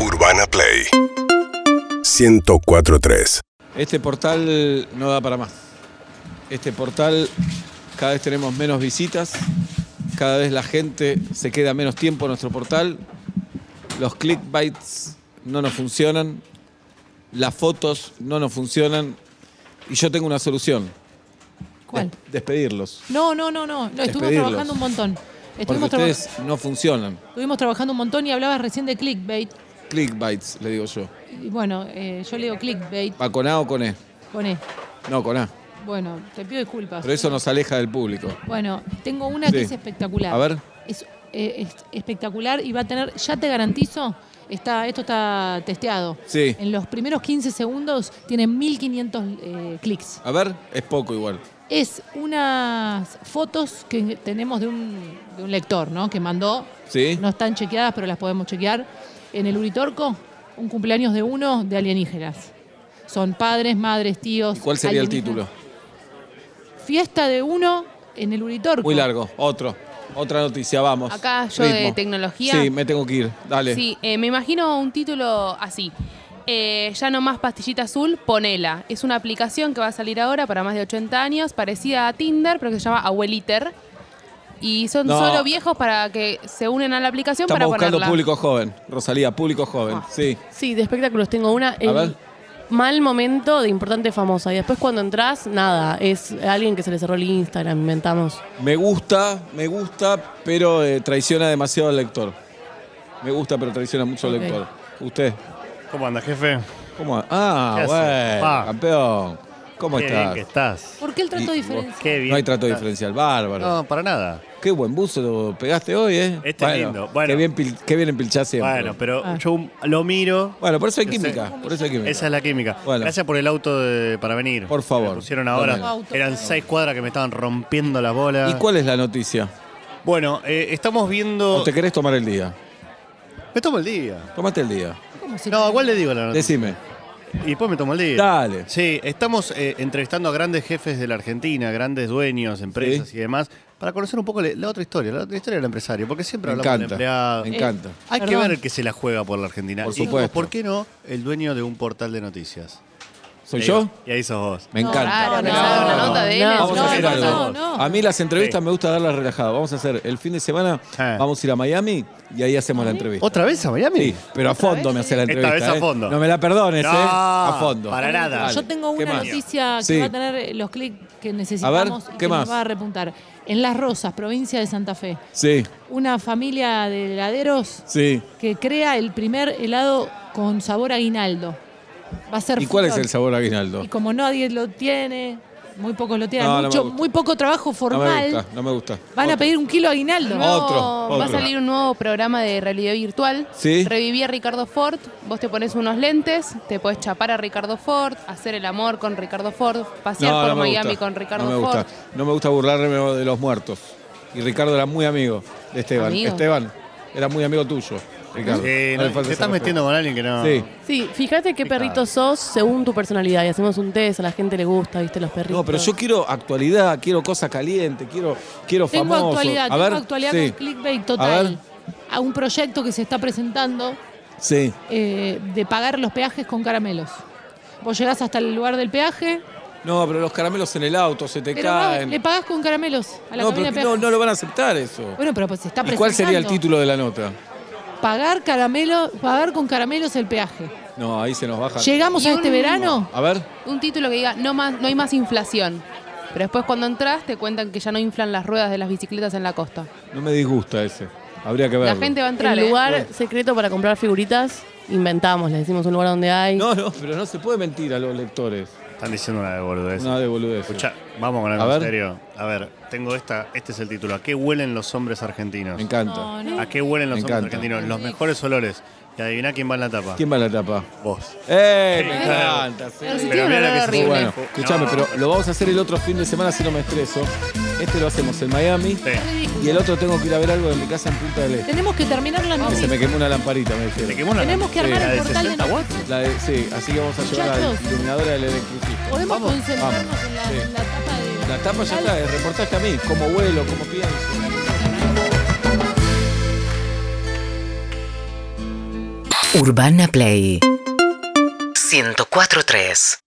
Urbana Play 1043. Este portal no da para más. Este portal cada vez tenemos menos visitas, cada vez la gente se queda menos tiempo en nuestro portal, los clickbaits no nos funcionan, las fotos no nos funcionan y yo tengo una solución. ¿Cuál? Des- despedirlos. No, no, no, no. No, estuvimos Despedirlos. trabajando un montón. Porque Estuvimos, traba- ustedes no funcionan. estuvimos trabajando un montón y hablabas recién de clickbait. Clickbaits, le digo yo. Y bueno, eh, yo leo clickbait ¿Va con A o con E? con E. No, con A. Bueno, te pido disculpas. Pero eso nos aleja del público. Bueno, tengo una Sí. que es espectacular. A ver. Es, eh, es espectacular y va a tener, ya te garantizo, está, esto está testeado. Sí. En los primeros 15 segundos tiene 1500 eh, clics. A ver, es poco igual. Es unas fotos que tenemos de un, de un lector, ¿no? Que mandó ¿Sí? No están chequeadas, pero las podemos chequear. En el Uritorco, un cumpleaños de uno de alienígenas. Son padres, madres, tíos. ¿Y ¿Cuál sería el título? alienígenas. Fiesta de uno en el Uritorco. Muy largo. Otro. Otra noticia, vamos. Acá yo de tecnología. Sí, me tengo que ir. Dale. Sí, eh, me imagino un título así. Eh, ya no más pastillita azul, ponela. Es una aplicación que va a salir ahora para más de 80 años, parecida a Tinder, pero que se llama Abueliter. Y son No. solo viejos para que se unen a la aplicación Estamos para buscando ponerla. público joven. Rosalía, público joven. Ah. Sí. Sí, de espectáculos tengo una. El ver. Mal momento de importante famosa. Y después cuando entras, nada. Es alguien que se le cerró el Instagram, inventamos. Me gusta, me gusta, pero eh, traiciona demasiado al lector. Me gusta, pero traiciona mucho al Ok. lector. Usted. ¿Cómo anda, jefe? ¿Cómo? Ah, ¿Qué hace? bueno, Pa. campeón. ¿Cómo Qué bien estás? que estás. ¿Por qué el trato Y- diferencial? Qué bien. No hay trato que estás. diferencial, bárbaro. No, para nada. Qué buen buzo pegaste hoy, ¿eh? Este es lindo. Bueno. Qué bien, pil- qué bien empilchás siempre. Bueno, pero Ah. yo lo miro. Bueno, por eso hay Yo sé. química. Por eso hay química. Esa es la química. Bueno. Gracias por el auto de- para venir. Por favor. Me pusieron ahora. Bueno. Auto, Eran por favor. seis cuadras que me estaban rompiendo las bolas. ¿Y cuál es la noticia? Bueno, eh, estamos viendo. ¿O te querés tomar el día? Me tomo el día. Tomate el día. ¿Cómo se No, igual le digo la noticia. Decime. Y después me tomo el día. Dale. Sí, estamos eh, entrevistando a grandes jefes de la Argentina, grandes dueños, empresas Sí. y demás, para conocer un poco le- la otra historia, la, otra historia del empresario, porque siempre Me hablamos del encanta. empleado. Me encanta. Hay que Perdón. ver el que se la juega por la Argentina. Por Y, supuesto. ¿Por qué no el dueño de un portal de noticias? ¿Soy Y ahí- yo? Y ahí sos vos. Me No, encanta. No, Claro, no, una no, nota de él. no, es- Vamos a hacer no, algo. no, no. A mí las entrevistas me gusta darlas relajadas. Vamos a hacer el fin de semana, Ah. vamos a ir a Miami y ahí hacemos la entrevista. ¿Otra vez a Miami? Sí, pero a fondo me hace la Esta entrevista. vez a ¿eh? fondo. No me la perdones, No, ¿eh? A fondo. para nada. Dale. Yo tengo ¿Qué una más? noticia que Sí. va a tener eh, los clics que necesitamos ¿qué y que más? nos va a repuntar. En Las Rosas, provincia de Santa Fe, Sí, una familia de heladeros sí. que crea el primer helado con sabor aguinaldo. Va a ser ¿Y cuál es furor. el sabor aguinaldo? Y como nadie lo tiene, muy pocos lo tienen, No, no me mucho, gusta. muy poco trabajo No me formal, gusta, no me gusta. van a Otro. pedir un kilo de aguinaldo. Nuevo- Otro, Va a otro. salir un nuevo programa de realidad virtual. Sí. Reviví a Ricardo Ford. Vos te pones unos lentes, te podés chapar a Ricardo Ford, hacer el amor con Ricardo Ford, pasear No, por no me Miami gusta. con Ricardo no me Ford. gusta. No me gusta burlarme de los muertos. Y Ricardo era muy amigo de Esteban. Amigo. Esteban era muy amigo tuyo, Ricardo. Sí, No le faltes no, te estás al respeto. metiendo con alguien que no. Sí. Sí, fíjate qué perrito sos según tu personalidad. Y hacemos un test, a la gente le gusta, viste, los perritos. No, pero yo quiero actualidad, quiero cosa caliente, quiero, quiero Tengo famoso. actualidad, a tengo ver, actualidad sí, con clickbait A total. ver. A, un proyecto que se está presentando sí. eh, de pagar los peajes con caramelos. Vos llegás hasta el lugar del peaje, No, pero los caramelos en el auto se te pero va, caen. le pagás con caramelos a la no, cabina pero de que peaje. no, no lo van a aceptar eso. Bueno, pero pues se está ¿Y presentando. cuál sería el título de la nota? Pagar, caramelo, pagar con caramelos el peaje. No, ahí se nos baja. Llegamos Y a este un- verano A ver, un título que diga no más, no hay más inflación. Pero después cuando entras te cuentan que ya no inflan las ruedas de las bicicletas en la costa. no me disgusta ese. Habría que verlo. La gente va a entrar. El ¿eh? lugar secreto para comprar figuritas, inventamos, le decimos un lugar donde hay. No, no, pero no se puede mentir a los lectores. Están diciendo una boludez. Una de boludez. Escuchá, vamos con A algo ver. en serio. A ver, tengo esta, este es el título. ¿A qué huelen los hombres argentinos? Me encanta. No, no. ¿A qué huelen los Me hombres encanta. argentinos? Los mejores olores. Y adivina quién va en la tapa. ¿Quién va a la tapa? Vos. ¡Eh! Me encanta. sí. Pero si Pero tiene un olor mira que se Ah. Muy horrible. bueno, Horrible. escúchame, No. pero lo vamos a hacer el otro fin de semana si no me estreso. Este lo hacemos en Miami. Sí. Y el otro tengo que ir a ver algo de mi casa en Punta del Este. Tenemos que terminar la Que Se noticia. me quemó una lamparita, me ¿Te dijeron. quemó la Tenemos que armar la el de portal de 60 watts? noticias. La de- sí, así que vamos a llevar a la Muchachos. iluminadora del electricista. Podemos Vamos, concentrarnos vamos. en la, Sí. en la tapa de. La tapa ya está, el reportaje a mí, cómo vuelo, cómo pienso. Urbana Play 104.3